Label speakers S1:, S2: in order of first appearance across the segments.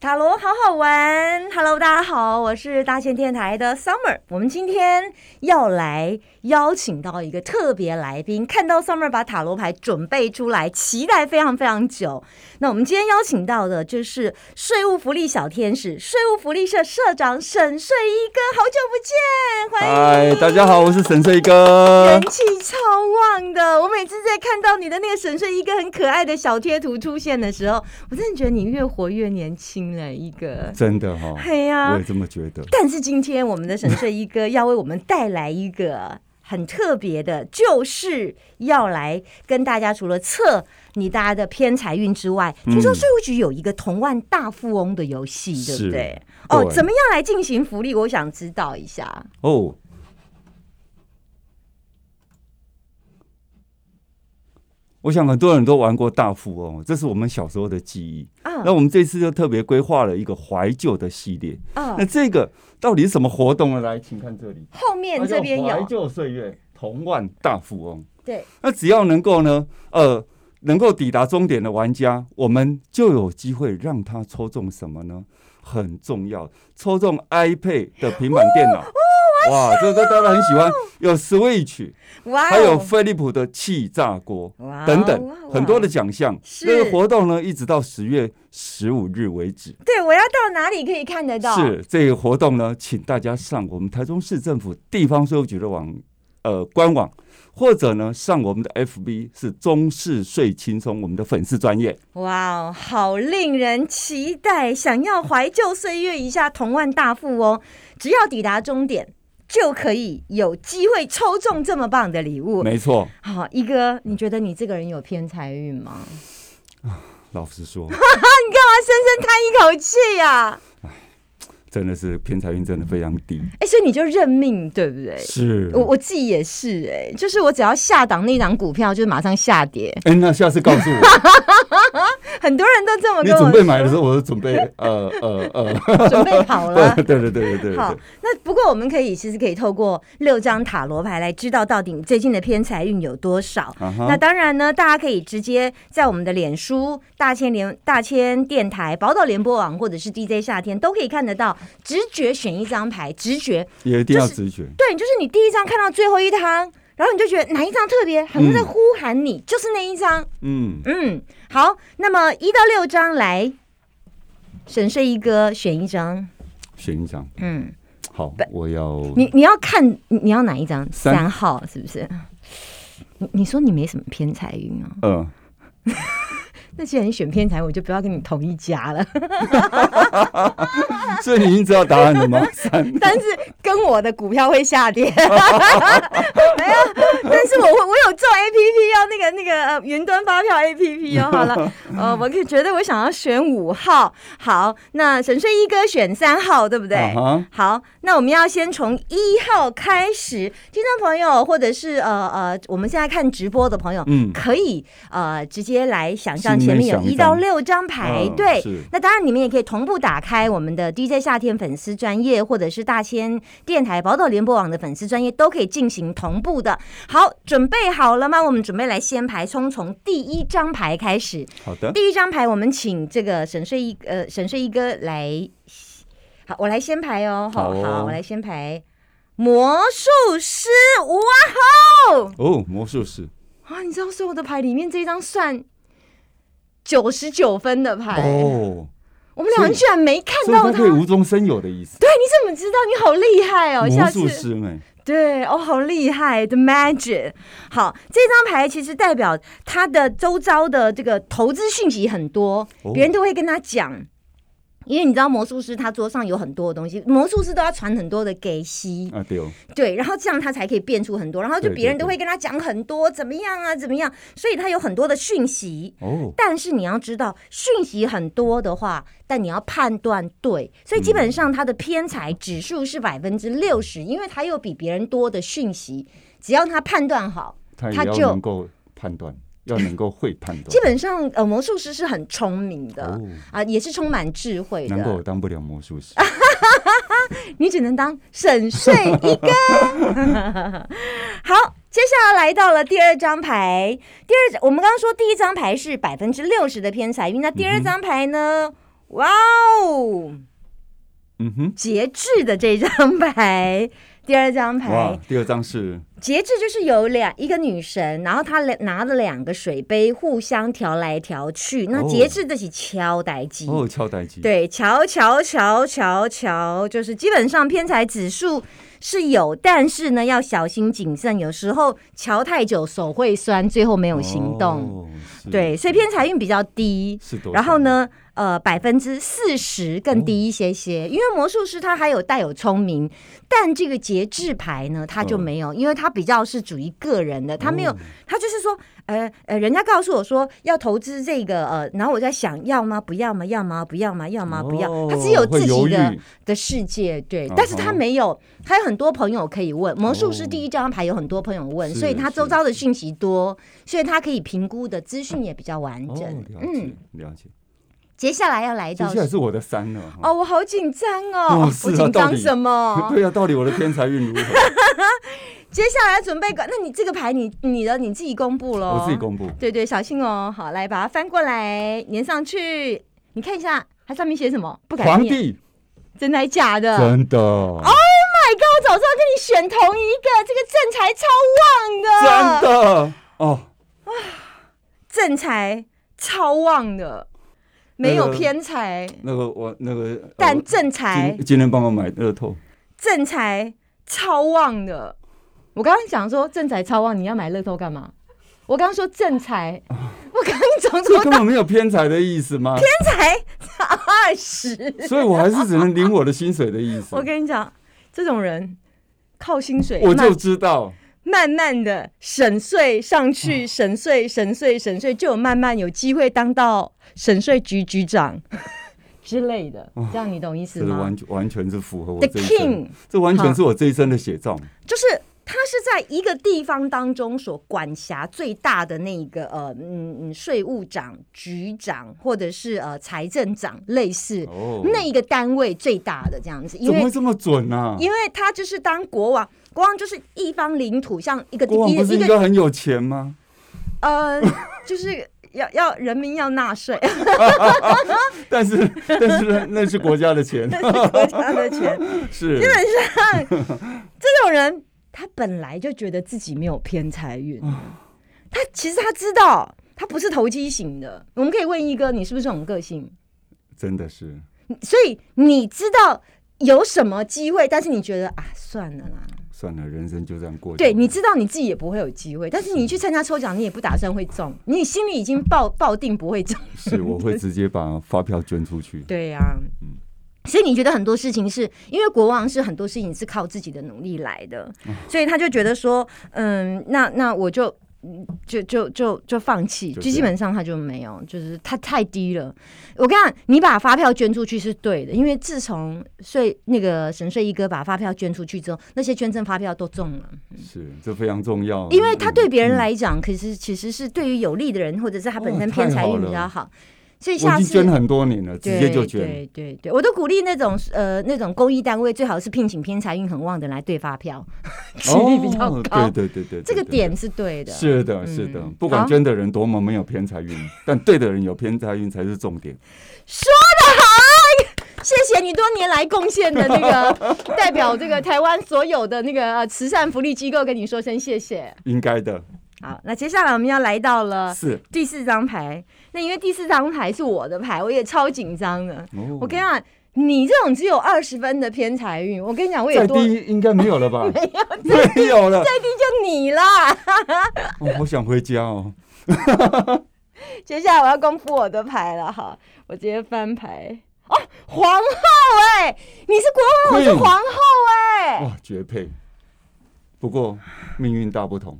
S1: 塔罗好好玩，Hello，大家好，我是大千电台的 Summer。我们今天要来邀请到一个特别来宾，看到 Summer 把塔罗牌准备出来，期待非常非常久。那我们今天邀请到的就是税务福利小天使、税务福利社社长沈税一哥，好久不见，欢迎。
S2: 嗨，大家好，我是沈翠哥
S1: 人。气超旺的。我每次在看到你的那个神社一个很可爱的小贴图出现的时候，我真的觉得你越活越年轻了一个。
S2: 真的哈、哦，
S1: 嘿呀、
S2: 我也这么觉得。
S1: 但是今天我们的神社一哥要为我们带来一个很特别的，就是要来跟大家除了测你大家的偏财运之外，听说
S2: 嗯
S1: 税务局有一个同万大富翁的游戏，对不
S2: 是
S1: 对？哦，
S2: 对
S1: 怎么样来进行福利？我想知道一下。
S2: 哦，我想很多人都玩过大富翁，这是我们小时候的记忆。
S1: 啊
S2: 那我们这次就特别规划了一个怀旧的系列。
S1: 啊
S2: 那，这个到底是什么活动呢？来，请看这里，
S1: 后面
S2: 它
S1: 哎这
S2: 叫
S1: 边
S2: 怀
S1: 有
S2: 旧岁月同万大富翁。
S1: 对
S2: 那只要能够呢，呃，能够抵达终点的玩家，我们就有机会让他抽中什么呢？很重要，抽中 iPad 的平板电
S1: 哦
S2: 脑。哇，这这大家很喜欢，有 Switch，
S1: 哇哦，
S2: 还有飞利浦的气炸锅
S1: 哇哦
S2: 等
S1: 哇哦
S2: 等很多的奖项。
S1: 是
S2: 这个活动呢，一直到十月十五日为止。
S1: 对，我要到哪里可以看得到？
S2: 是这个活动呢，请大家上我们台中市政府地方税务局的网呃官网，或者呢上我们的 FB 是中市税轻松我们的粉丝专业。
S1: 哇哦，好令人期待！想要怀旧岁月一下同万大富翁，只要抵达终点。就可以有机会抽中这么棒的礼物。
S2: 没错，
S1: 好，一哥，你觉得你这个人有偏财运吗？啊，
S2: 老实说，
S1: 深深叹一口气呀、啊！
S2: 真的是偏财运真的非常低。
S1: 哎、所以你就认命，对不对？
S2: 是
S1: 呃我我自己也是、哎，就是我只要下档那档股票，就是马上下跌。
S2: 哎、那下次告诉我，
S1: 很多人都这么
S2: 你
S1: 跟我
S2: 准备买的时候，我就准备呃呃呃，
S1: 准备好了
S2: 对。对对对对对
S1: 好
S2: 对，，
S1: 那不过我们可以其实可以透过六张塔罗牌来知道到底你最近的偏财运有多少。
S2: 啊
S1: 那
S2: 哈，
S1: 当然呢，大家可以直接在我们的脸书、大千联、大千电台、宝岛联播网或者是 DJ 夏天都可以看得到。直觉选一张牌，直觉
S2: 也一定要
S1: 就是
S2: 直觉。
S1: 对，就是你第一张看到最后一张，然后你就觉得哪一张特别，好像在
S2: 嗯
S1: 呼喊你，就是那一张。
S2: 嗯，
S1: 嗯，好，那么一到六张来，沈睡一哥选一张。
S2: 选一张。
S1: 嗯。
S2: 好，我要
S1: 你你要看你你要哪一张？
S2: 三
S1: 三号是不是？你你说你没什么偏财运啊？
S2: 嗯。
S1: 那既然你选偏财，我就不要跟你同一家了。
S2: 所以你已经知道答案了 吗？三
S1: 但是跟我的股票会下 跌，没有。但是我会我有做 A P P 要那个那个呃云端发票 A P P 哦。好了，呃，我可以觉得我想要选五号。好，那沈睡一哥选三号，对不对？
S2: 啊哈
S1: 好，那我们要先从一号开始，听众朋友或者是呃呃，我们现在看直播的朋友，
S2: 嗯
S1: 可以呃直接来想象
S2: 心里
S1: 前
S2: 面
S1: 面有
S2: 想一
S1: 一到
S2: 张
S1: 六张牌，
S2: 嗯
S1: 对
S2: 是，
S1: 那当然你们也可以同步打开我们的 DJ 夏天粉丝专业，或者是大千电台宝岛联播网的粉丝专业，都可以进行同步的。好，准备好了吗？我们准备来先牌，从从第一张牌开始。
S2: 好的，
S1: 第一张牌，我们请这个沈睡一呃沈睡一哥来，好，我来先排哦，
S2: 好哦
S1: 好，我来先排魔术师，哇吼！
S2: 哦，魔术师
S1: 啊，你知道所有的牌里面这一张算九十九分的牌，
S2: 哦，
S1: 我们两个
S2: 所以
S1: 居然没哎看
S2: 所以
S1: 到
S2: 他
S1: 它。
S2: 可以无中生有的意思。
S1: 对，你怎么知道？你好厉害哦！
S2: 魔
S1: 下次
S2: 术师哎们，
S1: 对哦，好厉害，The Magic。好，这张牌其实代表他的周遭的这个投资讯息很多，
S2: 哦
S1: 别人都会跟他讲。因为你知道魔术师他桌上有很多的东西，魔术师都要传很多的给息，
S2: 啊，对哦，
S1: 对，然后这样他才可以变出很多，然后就
S2: 对
S1: 别人
S2: 对
S1: 都
S2: 对
S1: 会跟他讲很多怎么样啊，怎么样，所以他有很多的讯息。
S2: 哦，
S1: 但是你要知道，讯息很多的话，但你要判断对，所以基
S2: 嗯
S1: 本上他的偏财指数是百分之六十，因为他有比别人多的讯息，只要他判断好，
S2: 他
S1: 他
S2: 也要
S1: 就
S2: 能够判断，要能够会判
S1: 基
S2: 断。
S1: 本上呃魔术师是很聪明的啊、
S2: 哦
S1: 也是充满智慧
S2: 难怪我
S1: 的，
S2: 当不了魔术
S1: 啊
S2: 师。
S1: 你只能当沈睡一哥。好，接下来来到了第二张牌，第二我们
S2: 嗯
S1: 刚刚说第一张牌是百分之六十的偏财运，那第二张牌呢？哇哦，
S2: 嗯哼，
S1: 节制的这张牌，第二张
S2: 哇
S1: 牌，，
S2: 第二张是
S1: 节制就是有两一个女神，然后她俩拿了两个水杯互相调来调去，那
S2: 哦
S1: 节制的是敲代机。
S2: 哦，敲代机，，
S1: 对，瞧瞧瞧瞧瞧，就是基本上偏财指数是有，但是呢要小心谨慎，有时候瞧太久手会酸，最后没有行动。
S2: 哦，是
S1: 对，所以偏财运比较低。
S2: 是多少，
S1: 然后呢，呃，百分之四十更低一些
S2: 哦
S1: 些，因为魔术师他还有带有聪明，但这个节制牌呢，他就
S2: 嗯
S1: 没有，因为他比较是属于个人的，他没有，
S2: 哦
S1: 他就是说，呃呃，人家告诉我说要投资这个，呃，然后我在想要吗？不要吗？要吗？不要吗？要吗？不要，
S2: 哦
S1: 他只有自己
S2: 会犹
S1: 的
S2: 豫
S1: 的世界，对
S2: 嗯，
S1: 但是他
S2: 哼
S1: 没有，他有很多朋友可以问，魔术师
S2: 哦
S1: 第一张牌有很多朋友问，
S2: 是
S1: 所以他
S2: 是
S1: 周遭的讯息多，所以他可以评估的资讯也比较完
S2: 哦，
S1: 整，
S2: 了
S1: 嗯
S2: 解。了解，
S1: 接下来要来
S2: 接
S1: 到
S2: 下来是我的三了哈
S1: 哦，，我好紧张
S2: 哦
S1: 哦，
S2: 是
S1: 我
S2: 啊
S1: 紧
S2: 到
S1: 张
S2: 底
S1: 什么？
S2: 对呀，到底我的偏财运如何？
S1: 接下来准备个，那你这个牌你你的你自己公布喽，
S2: 我自己。公布，
S1: 对对，小心哦。好，来把它翻过来，粘上去。你看一下，它上面写什么？不敢
S2: 皇
S1: 念，
S2: 帝
S1: 真的还假的？我
S2: 真的哦，
S1: 早上跟你选同一个，这个正财超 旺
S2: 真
S1: 的，
S2: 的 哦，
S1: 正财超旺的，没有
S2: 那个
S1: 偏财，
S2: 那个我那个，呃
S1: 但正财
S2: 今今天帮我买乐透，
S1: 正财超旺的。我刚刚讲说正财超旺，你要买乐透干嘛？我刚刚说正财，我刚刚讲
S2: 这
S1: 说
S2: 根本没有偏财的意思 吗？
S1: 正财二 十。
S2: 所以我还是只能领我的薪水的意思
S1: 我。跟你讲，这种人靠薪水
S2: 我
S1: 慢
S2: 就知道，
S1: 慢慢的省税上
S2: 啊
S1: 去，省税省税省税，就有慢慢有机会当到省税局局长之类的。这样你懂意思
S2: 啊这是
S1: 吗
S2: 完全完全是符合我
S1: ？The
S2: 这一生
S1: King，
S2: 这完全是我这一生的写照。
S1: 就是他是在一个地方当中所管辖最大的那一个呃嗯嗯税务长、局长或者是呃财政长类似、
S2: 哦，
S1: 那一个单位最大的这样子，因
S2: 怎么
S1: 为
S2: 会这么准呢、啊？
S1: 因为他就是当国王，国王就是一方领土，像一个
S2: 国王
S1: 一
S2: 不是
S1: 一
S2: 应
S1: 个
S2: 该很有钱吗？
S1: 呃，就是要要人民要纳税，
S2: 但是 但是呢那是国家 的钱，
S1: 国家的钱。
S2: 是
S1: 这种人他本来就觉得自己没有偏财运，他其实他知道他不是投机型的。我们可以问一哥，你是不是这种个性？
S2: 真的是
S1: 所以你知道有什么机会，但是你觉得啊，算了啦。
S2: 算了，人生就这样过去。
S1: 对，你知道你自己也不会有机会，但是你去参加抽奖，你也不打算会中，你心里已经抱抱定不会中。
S2: 是我会直接把发票捐出去。
S1: 对呀、
S2: 嗯
S1: 所以你觉得很多事情是因为国王是很多事情是靠自己的努力来的，
S2: 哦
S1: 所以他就觉得说，嗯，那那我就嗯就就就就放弃，
S2: 就
S1: 就
S2: 这样
S1: 基本上他就没有，就是他太低了。我跟你讲，你把发票捐出去是对的，因为自从税那个沈税一哥把发票捐出去之后，那些捐赠发票都中了。
S2: 是，这非常重要。
S1: 因为他对别人
S2: 嗯，
S1: 来讲，可是其实是对于有利的人，或者是他本身
S2: 哦
S1: 偏财
S2: 太好
S1: 运
S2: 了
S1: 比较好，所以
S2: 我
S1: 下
S2: 已经
S1: 次
S2: 捐很多年了，直接就捐。
S1: 对对对对，我都鼓励那种呃那种公益单位，最好是聘请偏财运很旺的来对发票，几率比较
S2: 哦
S1: 高。
S2: 对对对对，对
S1: 这个
S2: 对
S1: 点是对的。
S2: 是的，是的
S1: 嗯，
S2: 不
S1: 好
S2: 管捐的人多么没有偏财运，但对的人有偏财运才是重点。
S1: 谢谢你多年来贡献的这个呃代表这个台湾所有的那个呃慈善福利机构，跟你说声谢谢。
S2: 应该的，
S1: 好，那接下来我们要来到了
S2: 是。
S1: 第四张牌，那因为第四张牌是我的牌，我也超紧张的。
S2: 哦
S1: 我跟你讲，你这种只有二十分的偏财运，我跟你讲，我也
S2: 再
S1: 多就
S2: 低应该没有 了吧？ 没有，没有了。
S1: 你啦。
S2: 我好想回家哦。
S1: 接下来我要公布我的牌了哈，我直接翻牌哦，皇后哎、你是国王，我是
S2: Queen
S1: 皇后哎、
S2: 哇，绝配。不过命运大不同，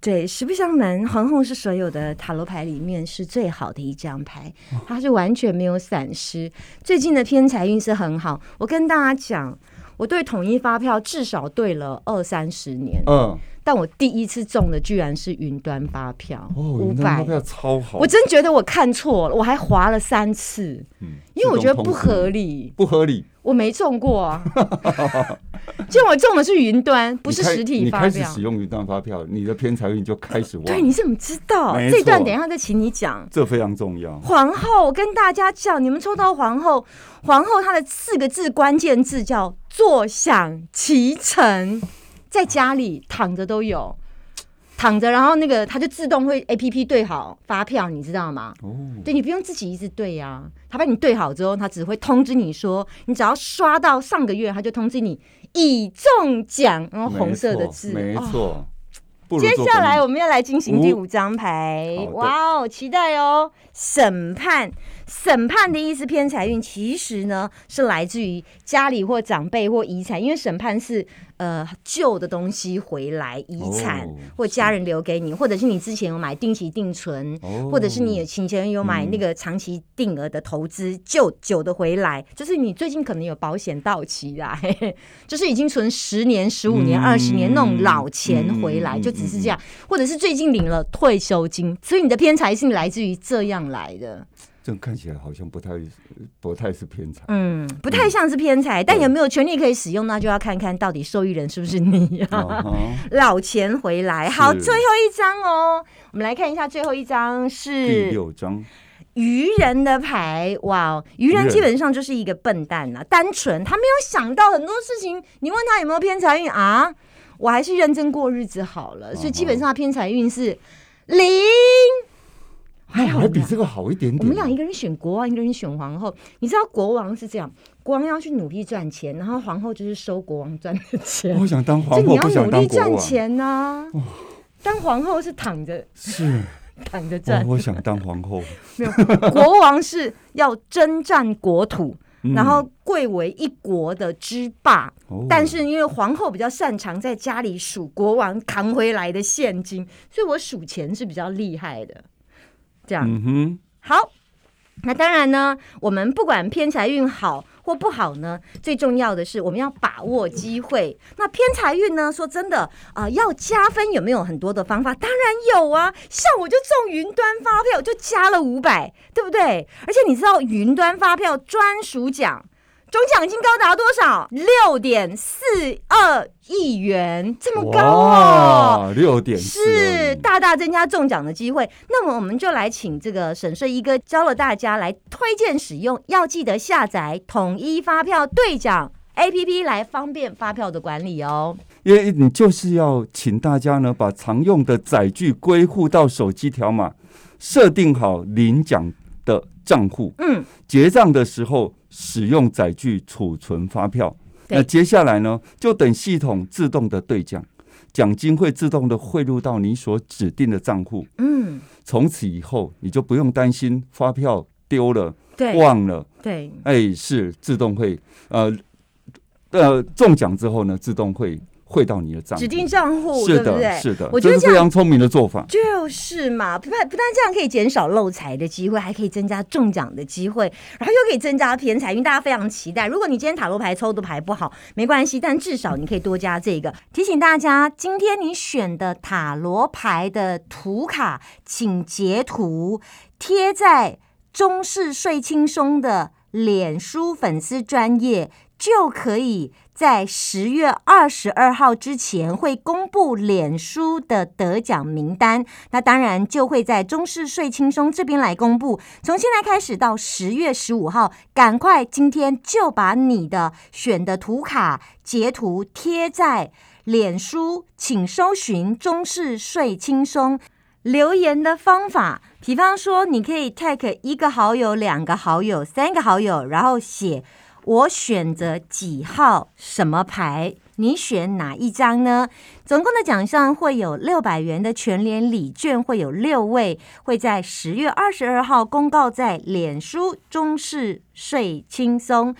S1: 对，实不相瞒，皇后是所有的塔罗牌里面是最好的一张牌，它是完全没有闪失。最近的偏财运是很好，我跟大家讲，我对统一发票至少对了二三十年。
S2: 嗯，
S1: 但我第一次中的居然是云端发票，
S2: 哦，
S1: 五
S2: 云端
S1: 百
S2: 发。票超好，
S1: 我真觉得我看错了，我还划了三次，
S2: 嗯
S1: 因为我觉得不
S2: 自动通
S1: 合
S2: 知
S1: 理，
S2: 不合理，
S1: 我没中过啊。就我中的是云端，不是
S2: 你开
S1: 实体发
S2: 你开始
S1: 票。
S2: 使用云端发票，你的偏财运就开始
S1: 对，
S2: 旺，
S1: 你怎么知道？
S2: 没
S1: 这段
S2: 错
S1: 等一下再请你讲。
S2: 这非常重要。
S1: 皇后，我跟大家讲，你们抽到皇后，皇后她的四个字关键字叫“坐享其成”，在家里躺着都有，躺着，然后那个它就自动会 A P P 对好发票，你知道吗？
S2: 哦，
S1: 对你不用自己一直对呀、啊，他把你对好之后，他只会通知你说，你只要刷到上个月，他就通知你已中奖，然后哦红色的字，
S2: 没
S1: 哦
S2: 错。不如
S1: 接
S2: 做
S1: 下
S2: 公益
S1: 来我们要来进行
S2: 五
S1: 第五张牌
S2: 好，的
S1: 哇哦，期待哦！审判，审判的意思偏财运，其实呢是来自于家里或长辈或遗产，因为审判是呃旧的东西回来，遗产、
S2: 哦
S1: 或家人留给你，或者是你之前有买定期定存，
S2: 哦嗯
S1: 或者是你有以前有买那个长期定额的投资，旧久的回来，就是你最近可能有保险到期啦，嘿嘿就是已经存十年、十五年、
S2: 嗯
S1: 二十年那种老钱回来，
S2: 嗯嗯嗯
S1: 就只是这样，或者是最近领了退休金，所以你的偏财性来自于这样来的，
S2: 这看起来好像不太不太是偏财
S1: 嗯，不太像是偏
S2: 嗯
S1: 财，但有没有权利可以使用，那就要看看到底受益人是不是你啊。
S2: 啊哈
S1: 老钱回来，好，
S2: 是
S1: 最后一张哦，我们来看一下最后一张
S2: 第
S1: 是
S2: 六章
S1: 愚人的牌，哇哦！愚
S2: 愚
S1: 人
S2: 人
S1: 基本上就是一个笨蛋呐、单纯，他没有想到很多事情。你问他有没有偏财运啊？我还是认真过日子好了，
S2: 嗯
S1: 所以基本上他偏财运是零。还好
S2: 哎还比
S1: 呢
S2: 这个好一点
S1: 我们俩一
S2: 点。
S1: 个人选国啊王，一个人选皇后。你知道国王是这样，国王要去努力赚钱，然后皇后就是收国王赚的钱。
S2: 我想当
S1: 所
S2: 皇
S1: 以你
S2: 后，
S1: 要
S2: 不
S1: 努
S2: 想
S1: 力
S2: 当国
S1: 赚
S2: 王。哦
S1: 钱呐、当皇后是躺着
S2: 是，哦
S1: 躺着赚
S2: 我，我想当皇后。
S1: 没有， 国王是要征战国土，
S2: 嗯
S1: 然后贵为一国的之霸。
S2: 哦
S1: 但是因为皇后比较擅长在家里数国王扛回来的现金，所以我数钱是比较厉害的。这样、
S2: 嗯哼，
S1: 好，那当然呢，我们不管偏财运好或不好呢，最重要的是我们要把握机会。那偏财运呢，说真的啊、呃要加分有没有很多的方法？当然有啊，像我就中云端发票，就加了五百，对不对？而且你知道云端发票专属奖。总奖金高达多少？六点四二亿元，这么高哦！
S2: 哇，六点哦
S1: 是大大增加中奖的机会。那么我们就来请这个沈睡一哥教了大家来推荐使用，要记得下载统一发票兑奖 APP 来方便发票的管理哦。
S2: 因为你就是要请大家呢，把常用的载具归户到手机条码，设定好领奖的账户，
S1: 嗯，
S2: 结账的时候使用载具储存发票。
S1: 对
S2: 那接下来呢，就等系统自动的兑奖，奖金会自动的汇入到你所指定的账户。
S1: 嗯，
S2: 从此以后，你就不用担心发票丢了、
S1: 对
S2: 忘了，
S1: 对，
S2: 哎，是自动会呃呃中奖之后呢，自动会汇到你的账户。
S1: 指定账户
S2: 是
S1: 对不
S2: 的，
S1: 对？
S2: 是的，
S1: 我觉得这
S2: 这是
S1: 样
S2: 非常聪明的做法。
S1: 就是嘛，不但不但这样可以减少漏财的机会，还可以增加中奖的机会，然后又可以增加偏财运，大家非常期待。如果你今天塔罗牌抽的牌不好，没关系，但至少你可以多加这个。提醒大家，今天你选的塔罗牌的图卡，请截图贴在中式睡轻松的脸书粉丝专业，就可以在十月二十二号之前会公布脸书的得奖名单。那当然就会在中式睡轻松这边来公布。从现在开始到十月十五号，赶快今天就把你的选的图卡截图贴在脸书，请搜寻中式睡轻松。留言的方法，比方说，你可以 tag 一个好友、两个好友、三个好友，然后写我选择几号什么牌，你选哪一张呢？总共的奖项会有六百元的全联礼券，会有六位，会在十月二十二号公告在脸书中式睡轻松。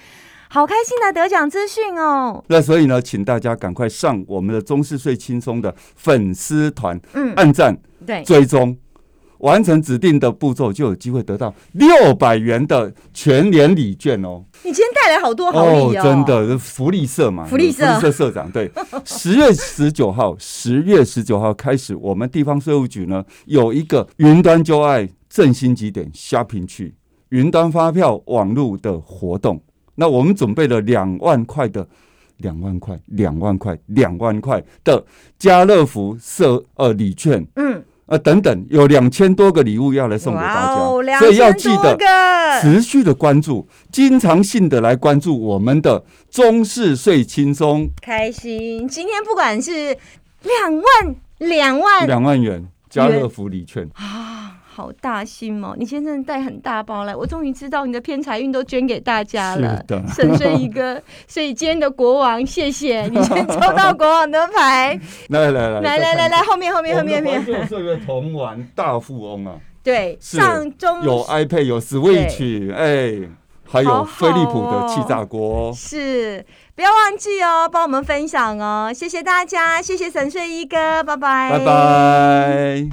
S1: 好开心的得奖资讯哦！
S2: 那所以呢，请大家赶快上我们的中式最轻松的粉丝团，
S1: 嗯
S2: 按赞
S1: 对，
S2: 追踪。完成指定的步骤，就有机会得到六百元的全年礼券哦。
S1: 你今天带来好多好礼
S2: 哦，真。的福利社嘛，
S1: 福利社
S2: 社社 长对，十月十九号，十月十九号开始，我们地方税务局呢有一个云端就爱振兴极点 shopping 区云端发票网络的活动，那我们准备了两万块的。两万块，两万块，两万块的家乐福社呃礼券
S1: 嗯，
S2: 呃等等，有两千多个礼物要来送给大家，
S1: 哦两
S2: 所以要
S1: 千
S2: 记
S1: 多
S2: 得
S1: 个，
S2: 持续的关注，经常性的来关注我们的中式税轻松
S1: 开心。今天不管是两万、两万
S2: 两万元家乐福礼券，
S1: 啊，好大心哦！你今天真的带很大包来，我终于知道你的偏财运都捐给大家了
S2: 是，的
S1: 省税一 个。所以今天的国王，谢谢你先抽到国王的 牌，
S2: 来来来
S1: 来来来来，，后面后面后面后面，
S2: 就是个同玩大富翁啊，
S1: 对，
S2: 是
S1: 上中
S2: 有啊 iPad 有 Switch，哎，还
S1: 嗯好
S2: 有
S1: 好
S2: 飞利浦的气
S1: 哦
S2: 炸锅哦，
S1: 是，不要忘记哦，帮我们分享哦，谢谢大家，谢谢沈睡一哥，拜拜，
S2: 拜拜。